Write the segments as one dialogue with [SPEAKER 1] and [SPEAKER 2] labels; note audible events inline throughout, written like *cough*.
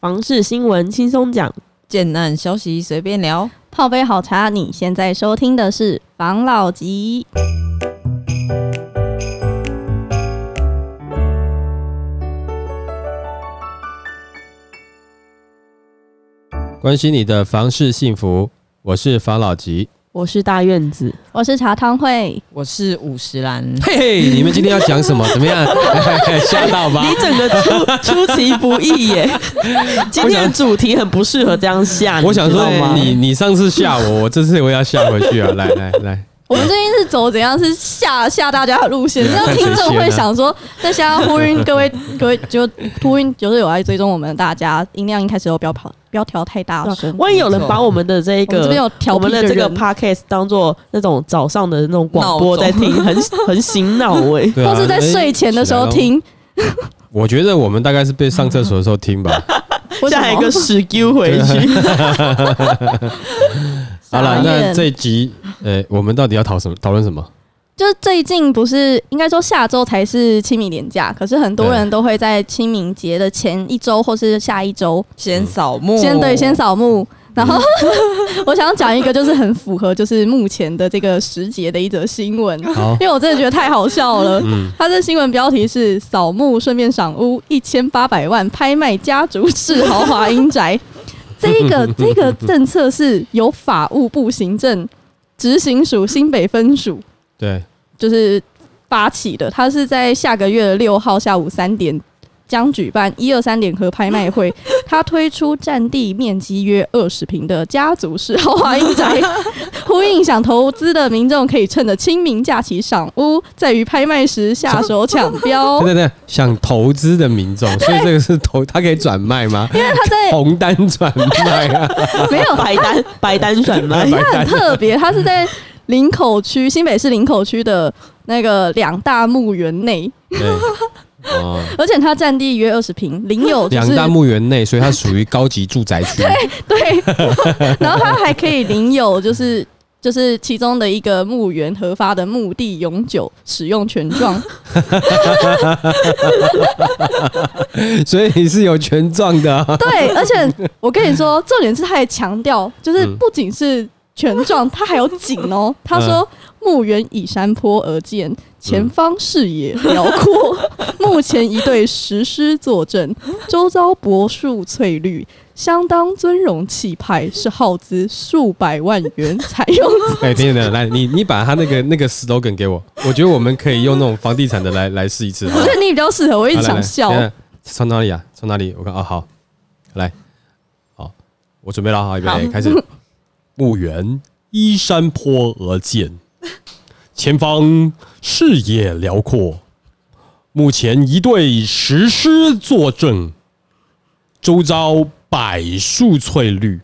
[SPEAKER 1] 房事新闻轻松讲，
[SPEAKER 2] 贱难消息随便聊。
[SPEAKER 3] 泡杯好茶，你现在收听的是防老集。
[SPEAKER 4] 关心你的房事幸福，我是房老吉。
[SPEAKER 1] 我是大院子，
[SPEAKER 3] 我是茶汤会，
[SPEAKER 2] 我是五十岚，
[SPEAKER 4] 嘿嘿，你们今天要讲 *laughs* 什么？怎么样？吓到吧？
[SPEAKER 1] 你整个出出其不意
[SPEAKER 4] *laughs*
[SPEAKER 1] 耶。今天的主题很不适合这样下，
[SPEAKER 4] 我想
[SPEAKER 1] 你知道
[SPEAKER 4] 说
[SPEAKER 1] 吗
[SPEAKER 4] 你，你上次吓我，我这次我要吓回去啊！来来 *laughs* 来，
[SPEAKER 3] 我们最近是走怎样是吓吓大家的路线，
[SPEAKER 4] 对啊
[SPEAKER 3] 让
[SPEAKER 4] 看谁
[SPEAKER 3] 听众
[SPEAKER 4] 先啊
[SPEAKER 3] 会想说，那现在呼
[SPEAKER 4] *laughs*
[SPEAKER 3] 吁各位各位就呼吁就是有来追踪我们的大家，音量一开始都不要跑，不要调太大声。
[SPEAKER 1] 啊万一有人把我们的这一
[SPEAKER 3] 我们这边
[SPEAKER 1] 啊个
[SPEAKER 3] 有调
[SPEAKER 1] 我们
[SPEAKER 3] 皮
[SPEAKER 1] 的这个
[SPEAKER 3] 人
[SPEAKER 1] podcast 当做那种早上的那种广播在
[SPEAKER 3] *laughs*
[SPEAKER 1] 听，很很醒脑哎。
[SPEAKER 4] *laughs* 对啊，
[SPEAKER 3] 或是在睡前的时候
[SPEAKER 4] 哎。起来咯
[SPEAKER 3] 听，
[SPEAKER 4] 我觉得我们大概是被上厕所的时候
[SPEAKER 3] *laughs*
[SPEAKER 4] 听吧。
[SPEAKER 3] 为什
[SPEAKER 1] 下
[SPEAKER 4] 哦
[SPEAKER 1] 一个
[SPEAKER 3] 么？
[SPEAKER 1] 屎丢回
[SPEAKER 3] *laughs*
[SPEAKER 1] 去，
[SPEAKER 4] 好
[SPEAKER 3] 傻
[SPEAKER 4] 了，
[SPEAKER 3] 眼
[SPEAKER 4] 那这一集，呃、我们到底要讨什么？讨论什么？
[SPEAKER 3] 就是最近不是应该说下周才是清明年假，可是很多
[SPEAKER 4] 对
[SPEAKER 3] 人都会在清明节的前一周或是下一周
[SPEAKER 2] 先扫墓，
[SPEAKER 3] 嗯先对，先扫墓。然后 *laughs* 我想讲一个，就是很符合就是目前的这个时节的一则新闻，
[SPEAKER 4] 好
[SPEAKER 3] 因，为我真的觉得太好笑了。
[SPEAKER 4] 哦嗯，
[SPEAKER 3] 它的新闻标题是“扫墓顺便赏屋，一千八百万拍卖家族式豪华阴宅”。这个这个政策是由法务部行政执行署新北分署
[SPEAKER 4] 对，
[SPEAKER 3] 就是发起的，它是在下个月的六号下午三点将举办一二三联合拍卖 *laughs* 会，它推出占地面积约二十平的家族式豪华阴 *laughs* 宅，呼应想投资的民众可以趁着清明假期赏屋，在于拍卖时下手抢 *laughs* 标
[SPEAKER 4] 对。对对，想投资的民众，
[SPEAKER 3] *laughs*
[SPEAKER 4] 所以这个是投，他可以转卖吗？
[SPEAKER 3] 因为它在
[SPEAKER 4] 红单转卖啊，
[SPEAKER 3] 没有
[SPEAKER 1] 白单白单转卖，
[SPEAKER 3] 它很特别，它是在林口区新北市林口区的那个两大墓园内，
[SPEAKER 4] *laughs* 对，哦，
[SPEAKER 3] 而且它占地约二十平，领有哦就
[SPEAKER 4] 两
[SPEAKER 3] 是
[SPEAKER 4] 大墓园内，所以它属于高级住宅区。
[SPEAKER 3] *laughs* 对，然后它还可以领有就是。就是其中的一个墓园核发的墓地永久使用权状，
[SPEAKER 4] 所以是有权状的啊、 *laughs*
[SPEAKER 3] 对，而且我跟你说，重点是他还强调，就是不仅是权状，它还有景哦。他说墓园以山坡而建，前方视野辽阔，目前一对石狮坐镇，周遭柏树翠绿，相当尊荣气派，是耗资数百万元采用
[SPEAKER 4] 哎、等等，来，你你把他那个那个 slogan 给我，我觉得我们可以用那种房地产的来来试一次。好
[SPEAKER 3] 我觉得你比较适合，我一直
[SPEAKER 4] 来来
[SPEAKER 3] 想笑。
[SPEAKER 4] 等一下从哪里啊？从哪里？我看哦，好，来，好，我准备了，好，预备开始。墓园依山坡而建，前方视野辽阔。目前一对石狮坐镇，周遭柏树翠绿，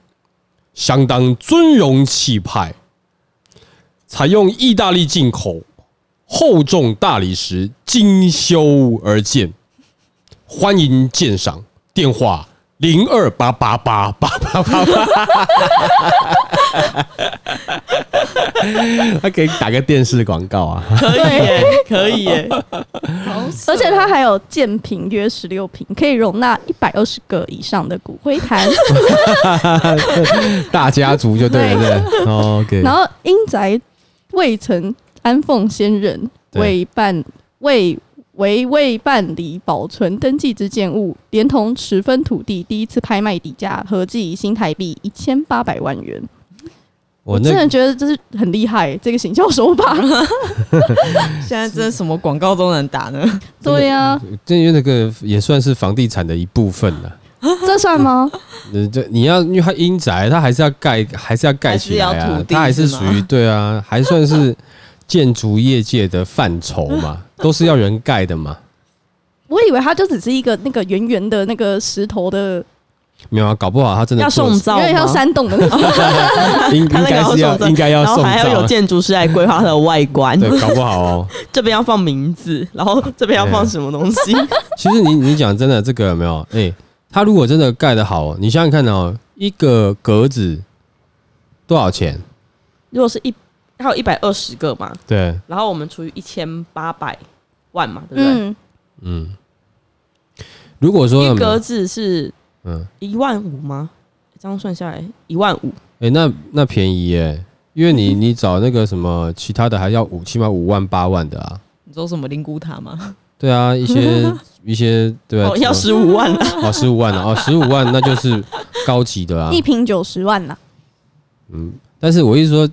[SPEAKER 4] 相当尊荣气派。采用意大利进口厚重大理石精修而建，欢迎鉴赏。电话零二八八八八八八八。他可以打个电视广告啊！
[SPEAKER 1] 可以
[SPEAKER 4] *laughs*
[SPEAKER 1] 耶，可以耶，
[SPEAKER 3] 而且它还有建平约十六平，可以容纳一百二十个以上的骨灰坛。
[SPEAKER 4] 大家族就对了，对哦，OK。
[SPEAKER 3] 然后阴宅未曾安奉先人，
[SPEAKER 4] 对
[SPEAKER 3] 为办为为未办理保存登记之建物，连同持分土地，第一次拍卖底价合计新台币一千八百万元。
[SPEAKER 4] 我
[SPEAKER 3] 真
[SPEAKER 4] 那
[SPEAKER 3] 的觉得这是很厉害，这个行销手法。
[SPEAKER 2] 现在真的什么广告都能打呢？
[SPEAKER 3] 对呀、啊，
[SPEAKER 4] 这因为那个也算是房地产的一部分了。
[SPEAKER 3] 这算吗？
[SPEAKER 4] 呃，这你要，因为它阴宅，它还是要盖，还是要盖起来
[SPEAKER 2] 还是要
[SPEAKER 4] 啊
[SPEAKER 2] 土，地
[SPEAKER 4] 它还是
[SPEAKER 2] 是
[SPEAKER 4] 属
[SPEAKER 2] 吗
[SPEAKER 4] 于对啊，还算是建筑业界的范畴嘛，都是要人盖的嘛，
[SPEAKER 3] 我以为它就只是一个那个圆圆的那个石头的，
[SPEAKER 4] 没有啊，搞不好他真的
[SPEAKER 1] 要
[SPEAKER 4] 做
[SPEAKER 1] 送
[SPEAKER 3] 有
[SPEAKER 1] 灶
[SPEAKER 3] 点像
[SPEAKER 1] 吗？
[SPEAKER 3] 山洞的那种。
[SPEAKER 4] *laughs* 应应
[SPEAKER 1] 他那个
[SPEAKER 4] 该是
[SPEAKER 1] 要送
[SPEAKER 4] 要
[SPEAKER 1] 灶
[SPEAKER 4] 应该要
[SPEAKER 1] 然
[SPEAKER 4] 送
[SPEAKER 1] 后还要
[SPEAKER 4] 灶
[SPEAKER 1] 有建筑师来规划它的外观，
[SPEAKER 4] 对，搞不
[SPEAKER 1] *laughs*
[SPEAKER 4] 好哦。
[SPEAKER 1] 这边要放名字，然后这边要放什么东西，
[SPEAKER 4] 其实你你讲真的，这个有没有？哎、他如果真的盖得好，你想想看哦，一个格子多少钱？
[SPEAKER 1] 如果是一，它有一百二十个嘛，
[SPEAKER 4] 对，
[SPEAKER 1] 然后我们除以一千八百万嘛，对不对？
[SPEAKER 3] 嗯，
[SPEAKER 4] 嗯。如果说
[SPEAKER 1] 一
[SPEAKER 4] 有没有
[SPEAKER 1] 格子是
[SPEAKER 4] 嗯，
[SPEAKER 1] 一万五吗？这样算下来一万五，
[SPEAKER 4] 哎、那那便宜耶、因
[SPEAKER 1] *laughs*
[SPEAKER 4] 为你你找那个什么其他的还要五，起码五万八万的啊。
[SPEAKER 2] 你说什么灵骨塔吗？
[SPEAKER 4] 对啊，
[SPEAKER 1] *laughs*
[SPEAKER 4] 一些一些对啊，
[SPEAKER 1] 哦，要十五万了，
[SPEAKER 4] 哦十五万啊，哦十五万那就是高级的啊。
[SPEAKER 3] 一瓶九十万呐、
[SPEAKER 4] 嗯，但是我一直说，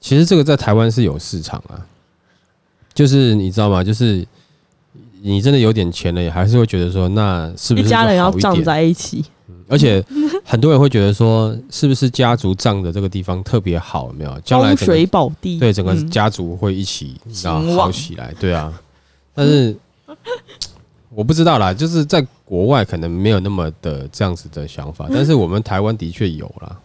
[SPEAKER 4] 其实这个在台湾是有市场啊，就是你知道吗？就是你真的有点钱了，也还是会觉得说，那是不
[SPEAKER 1] 一
[SPEAKER 4] 是
[SPEAKER 1] 家人要
[SPEAKER 4] 就好一
[SPEAKER 1] 葬
[SPEAKER 4] 点？
[SPEAKER 1] 在一起，
[SPEAKER 4] 而且很多人会觉得说，是不是家族葬的这个地方特别好？有没有，将来
[SPEAKER 1] 风
[SPEAKER 4] 整个
[SPEAKER 1] 水宝地，
[SPEAKER 4] 对整个
[SPEAKER 1] 嗯
[SPEAKER 4] 家族会一起你知道
[SPEAKER 2] 兴
[SPEAKER 4] 好
[SPEAKER 2] 旺
[SPEAKER 4] 起来，对啊。但是我不知道啦，就是在国外可能没有那么的这样子的想法，但是我们台湾的确有啦，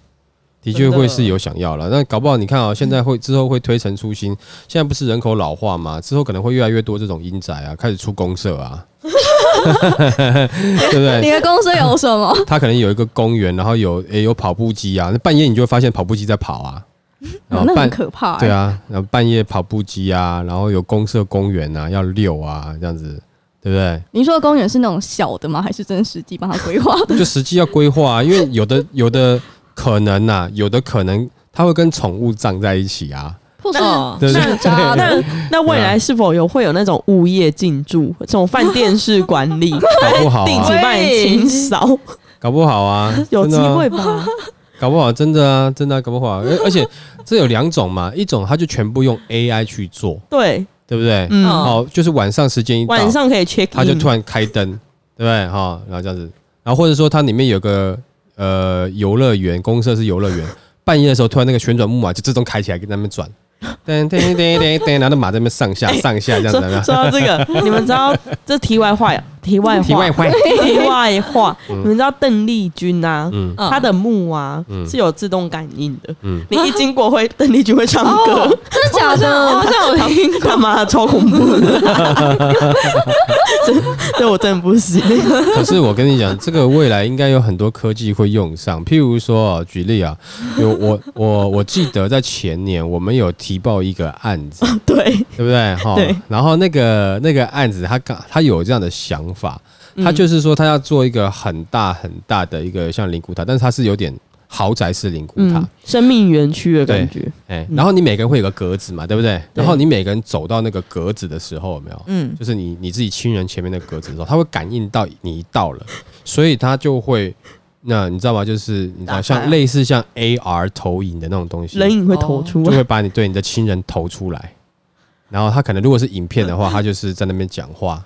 [SPEAKER 4] 的确
[SPEAKER 2] 真的
[SPEAKER 4] 会是有想要啦。那搞不好你看啊、现在会之后会推陈出新，现在不是人口老化嘛，之后可能会越来越多这种阴宅啊，开始出公社啊， *laughs* 对不对？
[SPEAKER 3] 你的公司有什么？
[SPEAKER 4] 它可能有一个公园，然后有也有跑步机啊，那半夜你就会发现跑步机在跑啊，
[SPEAKER 2] 嗯
[SPEAKER 4] 然后
[SPEAKER 3] 那
[SPEAKER 4] 半
[SPEAKER 3] 很可怕、欸。
[SPEAKER 4] 对，啊，然后半夜跑步机啊，然后有公社公园啊，要遛啊，这样子，对不对？
[SPEAKER 3] 你说的公园是那种小的吗？还是真的实际帮他规划的？
[SPEAKER 4] 就实际要规
[SPEAKER 1] *laughs*
[SPEAKER 4] 划、啊，因为有的有的可能呐、有的可能它会跟宠物葬在一起啊，
[SPEAKER 3] 或是
[SPEAKER 2] 哦
[SPEAKER 4] 对不
[SPEAKER 1] 那那
[SPEAKER 4] 对？
[SPEAKER 1] *laughs*
[SPEAKER 4] 啊
[SPEAKER 1] 那那未来是否有会有那种物业进驻，这种饭店式管
[SPEAKER 4] *laughs*
[SPEAKER 1] 理，哦
[SPEAKER 4] 搞不
[SPEAKER 1] *laughs*
[SPEAKER 4] 好
[SPEAKER 1] 定
[SPEAKER 4] 啊，
[SPEAKER 1] 期帮你清扫，
[SPEAKER 4] 搞不好啊，
[SPEAKER 1] 有
[SPEAKER 4] 真
[SPEAKER 1] 机
[SPEAKER 4] 的啊
[SPEAKER 1] 会吧？
[SPEAKER 4] 搞不好真的啊，真的啊、搞不好。而而且这有两种嘛，一种它就全部用 AI 去做，
[SPEAKER 1] 对，
[SPEAKER 4] 对不对？
[SPEAKER 1] 嗯，
[SPEAKER 2] 哦
[SPEAKER 4] 好，就是晚上时间一到，
[SPEAKER 1] 晚上可以 check in，
[SPEAKER 4] 它就突然开灯，对不对？哈、然后这样子，然后或者说它里面有个呃游乐园，公社是游乐园， *laughs* 半夜的时候突然那个旋转木马就自动开起来，跟他们转，噔噔噔噔噔，然后那马在那边上下上下这样子
[SPEAKER 1] 哎
[SPEAKER 4] 啊
[SPEAKER 1] 说
[SPEAKER 4] 有没有，
[SPEAKER 1] 说到这
[SPEAKER 4] *laughs*
[SPEAKER 1] 个，你们知道这题外话呀？题外话，
[SPEAKER 4] 题外话，
[SPEAKER 1] 题外话，
[SPEAKER 4] *laughs* 嗯
[SPEAKER 1] 你们知道邓丽君啊，
[SPEAKER 4] 嗯
[SPEAKER 2] 嗯
[SPEAKER 1] 她的墓啊
[SPEAKER 4] 嗯
[SPEAKER 1] 是有自动感应的，
[SPEAKER 4] 嗯
[SPEAKER 1] 你一经过会邓丽君会唱歌， *laughs*
[SPEAKER 3] 真的假 *laughs* 的？
[SPEAKER 1] 像我听他妈的超恐怖的， *laughs* 这这我真的不
[SPEAKER 4] *laughs*
[SPEAKER 1] 行。
[SPEAKER 4] 可是我跟你讲，这个未来应该有很多科技会用上，譬如说，举例啊，有我我我记得在前年我们有提报一个案子，
[SPEAKER 1] 对，
[SPEAKER 4] 对不对？哈
[SPEAKER 1] 对，
[SPEAKER 4] 然后那个那个案子，他刚他有这样的想法，
[SPEAKER 1] 嗯
[SPEAKER 4] 他就是说他要做一个很大很大的一个像灵骨塔，但是它是有点豪宅式灵骨塔，
[SPEAKER 1] 嗯，生命园区的感觉，
[SPEAKER 4] 哎、
[SPEAKER 1] 嗯
[SPEAKER 4] 然后你每个人会有个格子嘛，对不对？
[SPEAKER 1] 对
[SPEAKER 4] 然后你每个人走到那个格子的时候，有没有？
[SPEAKER 2] 嗯，
[SPEAKER 4] 就是你你自己亲人前面的格子的时候，他会感应到你到了，所以他就会。那你知道吗？就是你知
[SPEAKER 1] 啊
[SPEAKER 4] 道，
[SPEAKER 2] 打开
[SPEAKER 4] 像类似像 AR 投影的那种东西，
[SPEAKER 1] 人影会投 *laughs* 出啊
[SPEAKER 4] 就
[SPEAKER 1] 来，
[SPEAKER 4] 会把你对你的亲人投出来。然后他可能如果是影片的话，他就是在那边讲话，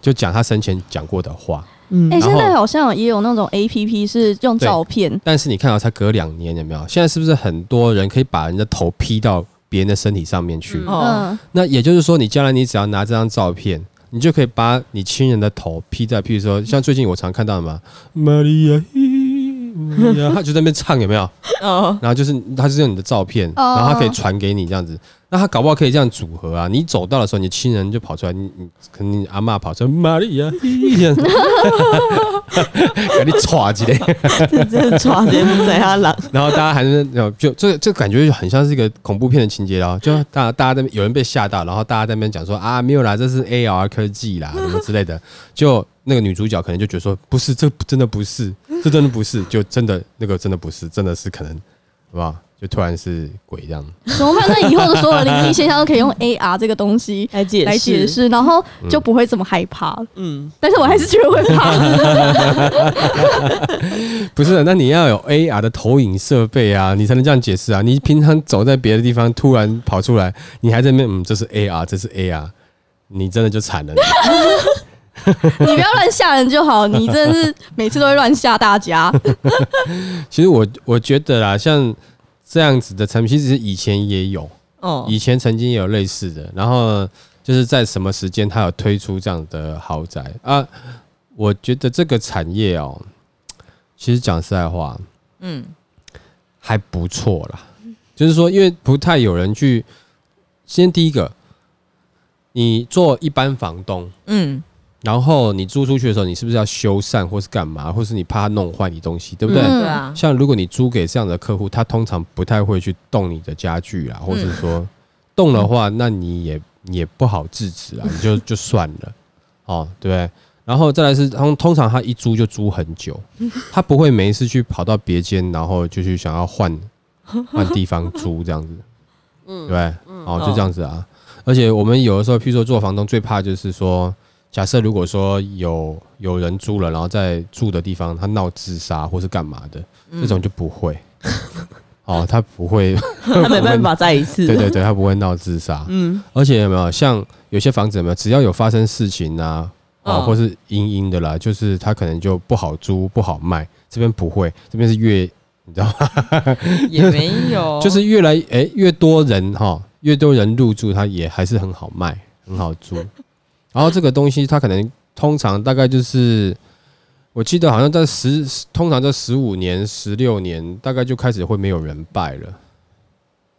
[SPEAKER 4] 就讲他生前讲过的话。
[SPEAKER 1] 嗯
[SPEAKER 3] 哎、
[SPEAKER 4] 然后
[SPEAKER 3] 现在好像也有那种 A P P 是用照片，
[SPEAKER 4] 但是你看到啊才隔两年，有没有？现在是不是很多人可以把人的头 P 到别人的身体上面去？
[SPEAKER 1] 嗯
[SPEAKER 2] 哦，
[SPEAKER 3] 嗯，
[SPEAKER 4] 那也就是说，你将来你只要拿这张照片，你就可以把你亲人的头 P 在，譬如说像最近我常看到的嘛，玛利亚，玛利亚他就在那边唱，有没有？
[SPEAKER 2] 哦，
[SPEAKER 4] 然后就是他是用你的照片，
[SPEAKER 3] 哦
[SPEAKER 4] 然后他可以传给你这样子。那他搞不好可以这样组合啊！你走到的时候，你亲人就跑出来，你你可能你阿嬷跑出来，玛利亚，这 *laughs* 样子给你 *laughs* 歘起来，
[SPEAKER 1] 这这抓奸在他狼，
[SPEAKER 4] 然后大家还是就就这这感觉就很像是一个恐怖片的情节啦，就大大家在那边有人被吓到，然后大家在那边讲说啊没有啦，这是 AR 科技啦什么之类的，就那个女主角可能就觉得说不是，这真的不是，这真的不是，就真的那个真的不是，真的是可能好不好？就突然是鬼这样。
[SPEAKER 3] 怎么办？那以后的所有灵异现象都可以用 A R 这个东西
[SPEAKER 1] 来解
[SPEAKER 3] 来解，释，然后就不会这么害怕。
[SPEAKER 1] 嗯，
[SPEAKER 3] 但是我还是觉得会怕， *laughs*
[SPEAKER 4] 不是，啊那你要有 AR 的投影设备啊，你才能这样解释啊。你平常走在别的地方，突然跑出来，你还在那边，嗯，这是 AR，这是 AR，你真的就惨了。你
[SPEAKER 3] 你不要乱吓人就好。你真的是每次都会乱吓大家。
[SPEAKER 4] 其实我我觉得啦，像这样子的产品，其实以前也有，
[SPEAKER 2] *laughs* 哦，
[SPEAKER 4] 以前曾经也有类似的，然后就是在什么时间它有推出这样的豪宅啊。我觉得这个产业哦，其实讲实在话，
[SPEAKER 2] 嗯，
[SPEAKER 4] 还不错啦。就是说，因为不太有人去。先第一个，你做一般房东，
[SPEAKER 2] 嗯，
[SPEAKER 4] 然后你租出去的时候，你是不是要修缮或是干嘛，或是你怕他弄坏你东西，对不对？
[SPEAKER 3] 嗯
[SPEAKER 2] 对啊，
[SPEAKER 4] 像如果你租给这样的客户，他通常不太会去动你的家具啊，或是说动的话，那你也你也不好制止啊，你就就算了，哦，对不对。然后再来是通通常他一租就租很久，他不会每一次去跑到别间，然后就去想要换
[SPEAKER 1] *laughs*
[SPEAKER 4] 换地方租这样子，
[SPEAKER 1] 嗯，
[SPEAKER 4] 对不对，哦，就
[SPEAKER 1] 哦
[SPEAKER 4] 这样子啊。而且我们有的时候，譬如说做房东最怕就是说，假设如果说有有人租了，然后在住的地方他闹自杀或是干嘛的，这
[SPEAKER 1] 嗯
[SPEAKER 4] 种就不会。哦，他
[SPEAKER 1] *laughs*
[SPEAKER 4] 不会，
[SPEAKER 1] 他没办法再一次，
[SPEAKER 4] 对对对，他不会闹自杀。
[SPEAKER 1] 嗯，
[SPEAKER 4] 而且有没有像有些房子有没有，只要有发生事情啊，啊，
[SPEAKER 1] 嗯
[SPEAKER 4] 或是阴阴的啦，就是他可能就不好租、不好卖。这边不会，这边是越你知道吗？
[SPEAKER 2] 也没有，
[SPEAKER 4] *laughs* 就是越来诶、越多人哈，越多人入住，它也还是很好卖，很好租。然后这个东西它可能通常大概就是，我记得好像在十，通常在十五年、十六年，大概就开始会没有人拜了，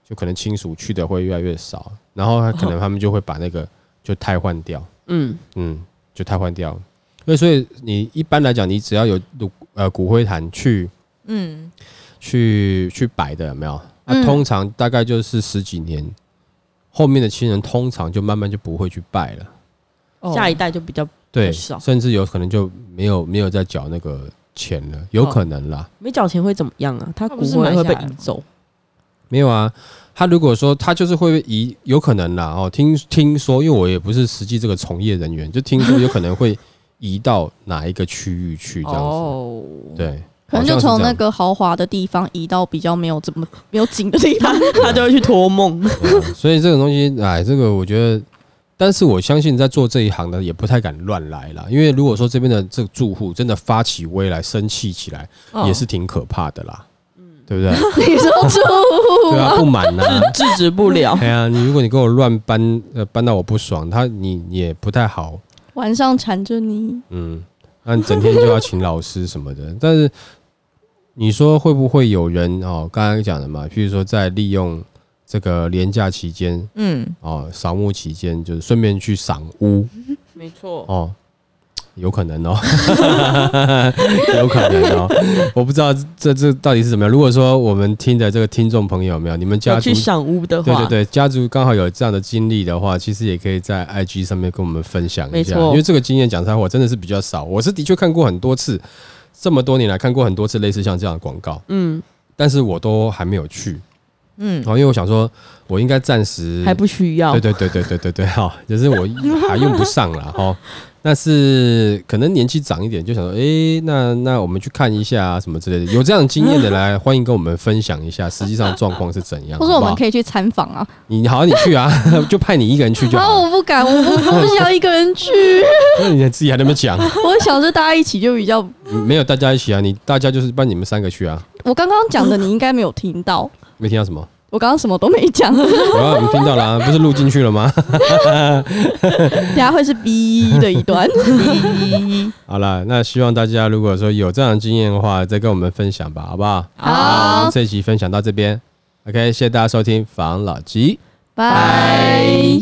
[SPEAKER 4] 就可能亲属去的会越来越少，然后他可能他们就会把那个就汰换掉。
[SPEAKER 1] 嗯，
[SPEAKER 4] 嗯，就太换掉了。因为所以你一般来讲，你只要有骨呃骨灰坛去
[SPEAKER 2] 嗯，
[SPEAKER 4] 去去摆的，有没有？那、
[SPEAKER 3] 嗯
[SPEAKER 4] 通常大概就是十几年，后面的亲人通常就慢慢就不会去拜了，
[SPEAKER 2] 哦
[SPEAKER 1] 下一代就比较
[SPEAKER 4] 对，
[SPEAKER 1] 很少
[SPEAKER 4] 甚至有可能就没有没有再缴那个钱了，有可能啦。
[SPEAKER 1] 没缴钱会怎么样啊？他
[SPEAKER 2] 他
[SPEAKER 1] 骨
[SPEAKER 2] 不是
[SPEAKER 1] 灰
[SPEAKER 2] 买
[SPEAKER 1] 会
[SPEAKER 2] 下
[SPEAKER 1] 被
[SPEAKER 2] 来
[SPEAKER 1] 移
[SPEAKER 2] 吗
[SPEAKER 1] 走，
[SPEAKER 4] 没有啊，他如果说他就是会被移，有可能啦哦。听听说，因为我也不是实际这个从业人员，就听说有可能会移到哪一个区域去这
[SPEAKER 2] *laughs*
[SPEAKER 4] 样子，
[SPEAKER 2] 哦，
[SPEAKER 4] 对。
[SPEAKER 3] 可能
[SPEAKER 4] 好像
[SPEAKER 3] 就是从
[SPEAKER 4] 这
[SPEAKER 3] 那
[SPEAKER 4] 样
[SPEAKER 3] 个豪华的地方移到比较没有这么没有景的地
[SPEAKER 1] 他
[SPEAKER 3] 方。
[SPEAKER 1] 他就会去托
[SPEAKER 4] *laughs*
[SPEAKER 1] 梦，
[SPEAKER 4] 嗯所以这种东西，哎，这个我觉得，但是我相信在做这一行的也不太敢乱来啦，因为如果说这边的这个住户真的发起威来、生气起来，
[SPEAKER 2] 哦
[SPEAKER 4] 也是挺可怕的啦，对不对？
[SPEAKER 3] 你说住户
[SPEAKER 4] *laughs* 对
[SPEAKER 3] 吗
[SPEAKER 4] 啊，不满呐、
[SPEAKER 1] 制止不了。
[SPEAKER 4] 哎呀，你如果你给我乱搬，呃，搬到我不爽，他你你也不太好，
[SPEAKER 3] 晚上缠着你，
[SPEAKER 4] 嗯，那你整天就要请老师什么的， *laughs* 但是你说会不会有人哦？刚刚讲的嘛，譬如说在利用这个廉价期间
[SPEAKER 2] 嗯，
[SPEAKER 4] 哦，扫墓期间就是顺便去赏屋。
[SPEAKER 1] 没错，
[SPEAKER 4] 哦，有可能哦， *laughs* 有可能哦，我不知道这这到底是怎么样。如果说我们听的这个听众朋友有没有，你们家
[SPEAKER 1] 有
[SPEAKER 4] 族
[SPEAKER 1] 去赏屋的
[SPEAKER 4] 对
[SPEAKER 1] 话，
[SPEAKER 4] 对对，家族刚好有这样的经历的话，其实也可以在 IG 上面跟我们分享一
[SPEAKER 1] 没
[SPEAKER 4] 下，
[SPEAKER 1] 错
[SPEAKER 4] 因为这个经验讲实在话我真的是比较少，我是的确看过很多次，这么多年来看过很多次类似像这样的广告，
[SPEAKER 1] 嗯，
[SPEAKER 4] 但是我都还没有去，
[SPEAKER 2] 嗯
[SPEAKER 4] 然后因为我想说，我应该暂时
[SPEAKER 1] 还不需要
[SPEAKER 4] 对。对对对对对对，哈、就是我还用不上
[SPEAKER 3] *laughs*
[SPEAKER 4] 啦，哈、但是可能年纪长一点，就想说，诶，那那我们去看一下、啊、什么之类的，有这样的经验的
[SPEAKER 3] *laughs*
[SPEAKER 4] 来，欢迎跟我们分享一下，实际上状况是怎样，
[SPEAKER 3] 或者我们
[SPEAKER 4] 以，
[SPEAKER 3] 可以去参访啊。
[SPEAKER 4] 你好，你去啊， *laughs* 就派你一个人去就啊
[SPEAKER 3] 然后
[SPEAKER 4] 好，
[SPEAKER 3] 我不敢，我不我不想一个人去，
[SPEAKER 4] 那你自己还在那边讲，
[SPEAKER 3] 我想着大家一起就比较。
[SPEAKER 4] 没有大家一起啊，你大家就是帮你们三个去啊，
[SPEAKER 3] 我刚刚讲的你应该没有听到，
[SPEAKER 4] 没听到什么？
[SPEAKER 3] 我刚刚什么都没讲，等
[SPEAKER 4] 有啊，我们听到了、啊，不是录进去了吗？
[SPEAKER 3] 下会是 B 的一
[SPEAKER 4] *laughs*
[SPEAKER 3] 段。
[SPEAKER 4] 好了，那希望大家如果说有这样的经验的话，再跟我们分享吧，好不好？
[SPEAKER 2] 啊
[SPEAKER 4] 好，我
[SPEAKER 3] 好
[SPEAKER 4] 们，这一集分享到这边。OK，谢谢大家收听《防老集》。
[SPEAKER 3] 拜。